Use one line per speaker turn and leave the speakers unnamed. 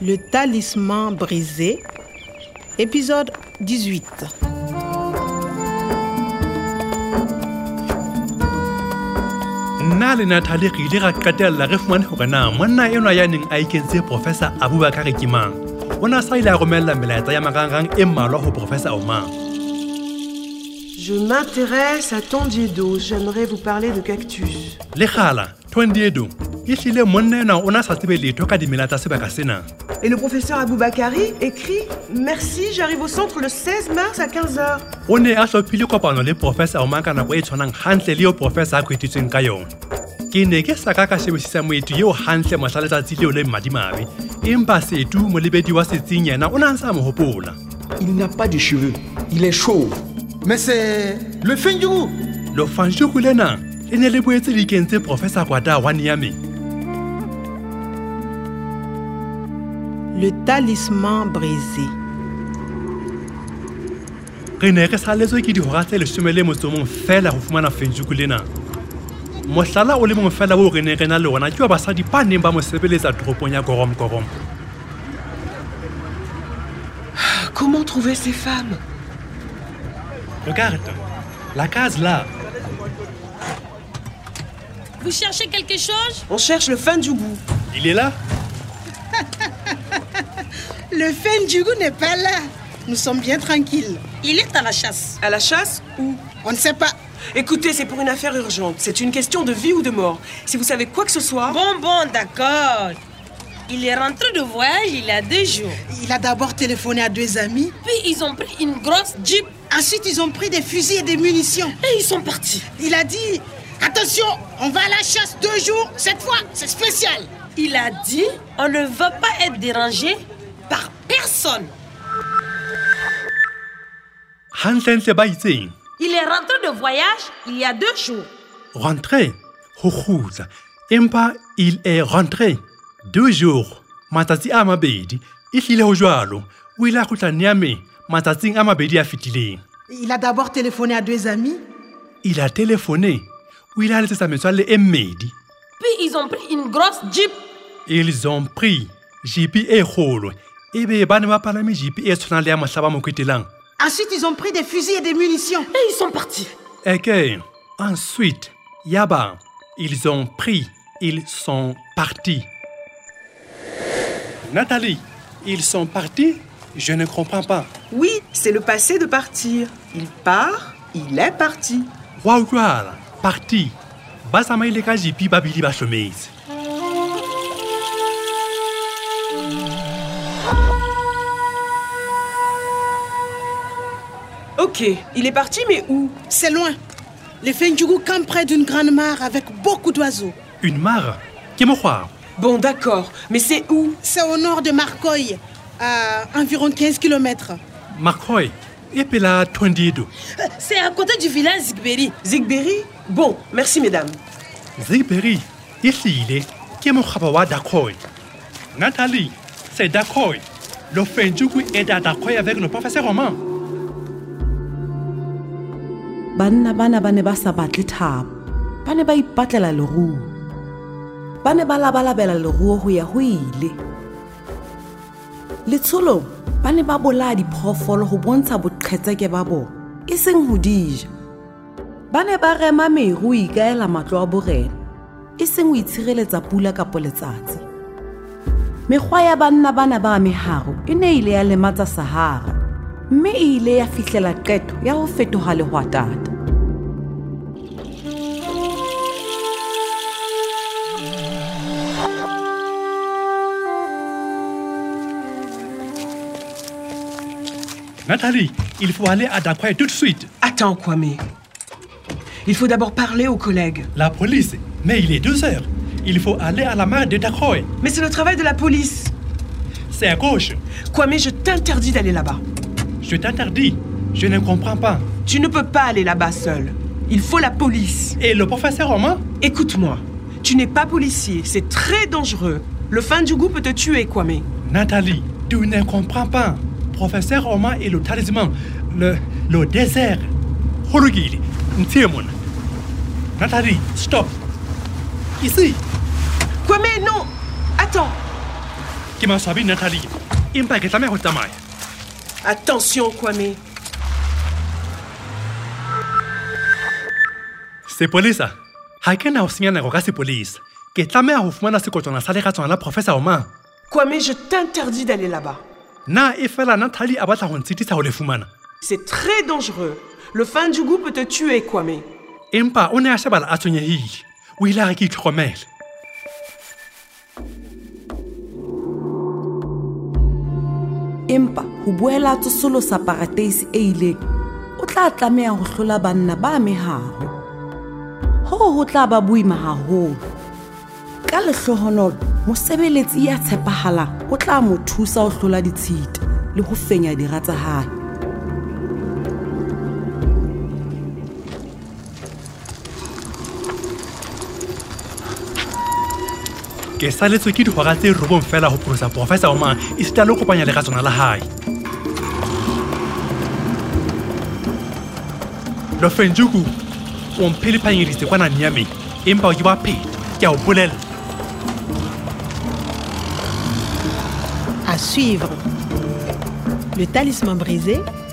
Le talisman brisé, épisode 18.
nna le nathale re ile ra qetella re fumane hore na monna enwa ya neng a ikentse professor abubakare ke mang o ne a sa ile a romella melaetsa ya marangrang e mmalwa ho professor omang
Je m'intéresse à Tondiedo. J'aimerais vous parler de cactus.
le kgala twendiedo ehlile monna enwa o ne a sa tsebe letho ka dimela tsa sebaka sena
Et le professeur Aboubakari écrit Merci, j'arrive au centre le 16 mars à 15h.
o ne a hlophile kopano le professor omang ka nako e tshwanang hantle le yo professor a kgwetitsweng ka yona ke ne ke sa ka ka shebisisa moeti yeo hantle mohla letsatsi leo le madimabe empa setu molebedi wa setsing yena o ne a ntse a mo hopola
Il n'a pas de cheveux. Il est chauve.
Mais c'est le fin du goût.
lefantšhuku lena le ne le boetse le ikentse professor kwata wa niameng
Le talisman brisé.
re ne re saletswe ke dihora tse lesome le motsomong fela go fumana fentsuku lena mohlala o le mong fela boo re neng re na le ona ke wa basadi ba neng ba mo sebeletsa toropong ya goromkorom
Comment trouver ces femmes
regarde la case là
Vous cherchez quelque chose
On cherche le fin du goût.
il est là
Le Fendjougou n'est pas là. Nous sommes bien tranquilles.
Il est à la chasse.
À la chasse ou
On ne sait pas.
Écoutez, c'est pour une affaire urgente. C'est une question de vie ou de mort. Si vous savez quoi que ce soit.
Bon, bon, d'accord. Il est rentré de voyage il y a deux jours.
Il a d'abord téléphoné à deux amis.
Puis ils ont pris une grosse jeep
Ensuite, ils ont pris des fusils et des munitions.
et ils sont partis.
Il a dit Attention, on va à la chasse deux jours. Cette fois, c'est spécial.
Il a dit on ne veut pas être dérangé par personne.
gantlentle ba itseng
Il est rentré de voyage il y a deux jours.
rentre go kgutla empa il est rentre deux jours matsatsi a mabedi e tlile go jalo o ile a kgutla niameng matsatsing a mabedi a fetileng
Il a d'abord téléphoné à deux amis.
il a telefone o ile a letsetsa metswalle e mmedi
Puis ils ont pris une grosse jeep.
ils ont pris jeep e kgolo e be ba ne ba palame jeep e tshwanang le ya mohla ba mo kwetelang
Ensuite, ils ont pris des fusils et des munitions.
Et ils sont partis.
eke ensuite yaba ils ont pris ils sont partis nathalie ils sont partis je ne comprends pas
Oui, c'est le passé de partir. Il part, il est parti.
wa utlwala parti ba tsamaile ka jeep ba bile ba hlometse
Ok, il est parti, mais où
C'est loin. Le Fendjougou campe près d'une grande mare avec beaucoup d'oiseaux.
une mare ke mokgwao
Bon, d'accord, mais c'est où
C'est au nord de Marcoy, à environ 15 km.
marcoy e pela tondido
C'est à côté du village Zigberi.
Zigberry Bon, merci, mesdames.
Ziberi, ehlile ke mokgaba wa Dakoy. Nathalie, c'est Dakoy. Le Fendjougou aide à Dakoy avec le professeur Roman.
banna bana ba ne ba sa batle thabo ba ne ba ipatlela leruo ba ne ba labalabela leruo ho ya ho ile letsholong ba ne ba bolaya diphoofolo ho bontsha boqhetseke ba bona e seng ho di ja ba ne ba rema meru ho ikaela matlo a borena e seng ho itshireletsa pula kapo letsatsi mekgwa ya banna bana ba meharo e ne ile ya lematsa sahara mme e ile ya fihlela qeto ya ho fetoha lehwatata
Nathalie, il faut aller à Dakoy tout de suite.
Attends, Kwame. Il faut d'abord parler aux collègues.
La police, mais il est deux heures. Il faut aller à la mare de Dakoy.
Mais c'est le travail de la police.
C'est à gauche.
Kwame, je t'interdis d'aller là-bas.
Je t'interdis. Je ne comprends pas.
Tu ne peux pas aller là-bas seul. Il faut la police.
Et le professeur Roman
Écoute-moi. Tu n'es pas policier. C'est très dangereux. Le fin du goût peut te tuer, Kwame.
Nathalie, tu ne comprends pas. Professeur Roman et le talisman, le, le désert. Horugili, Ntiemon. Nathalie, stop. Ici.
Kwame, non Attends
ke maswabi natalie empa ke tlameya go tsamaya
Attention, Kwame.
sepolesa ga ke hein. na go senya nako ka sepolesa ke tlameya go fumana sekotswana sa legatswana la professor omang
Kwame, je t'interdis d'aller là-bas.
na e fela natalie a batla go ntshitisa go le fumana
C'est très dangereux. Le fin du goût peut te tuer, Kwame.
empa o ne a shebala a tshwenyegile o ile a re ke itlhokomele
empa ho boela tsosolosa parateisi e ileng o tla tlameha ho hlola banna ba mehaho hoo ho tla ba boima haholo ka lehlohonolo mosebeletsi ya tshepahalang o tla mo thusa ho hlola ditshita le ho fenya dira tsa hae
ke saletswe ke dihora tse robong fela go porosa professor omang e seta le ho kopanya legatswana la gae lofenjuku o mphelephanyeditse kwana niameng empa o ke ba pheta ke a o bolela
À suivre. Le Talisman brisé,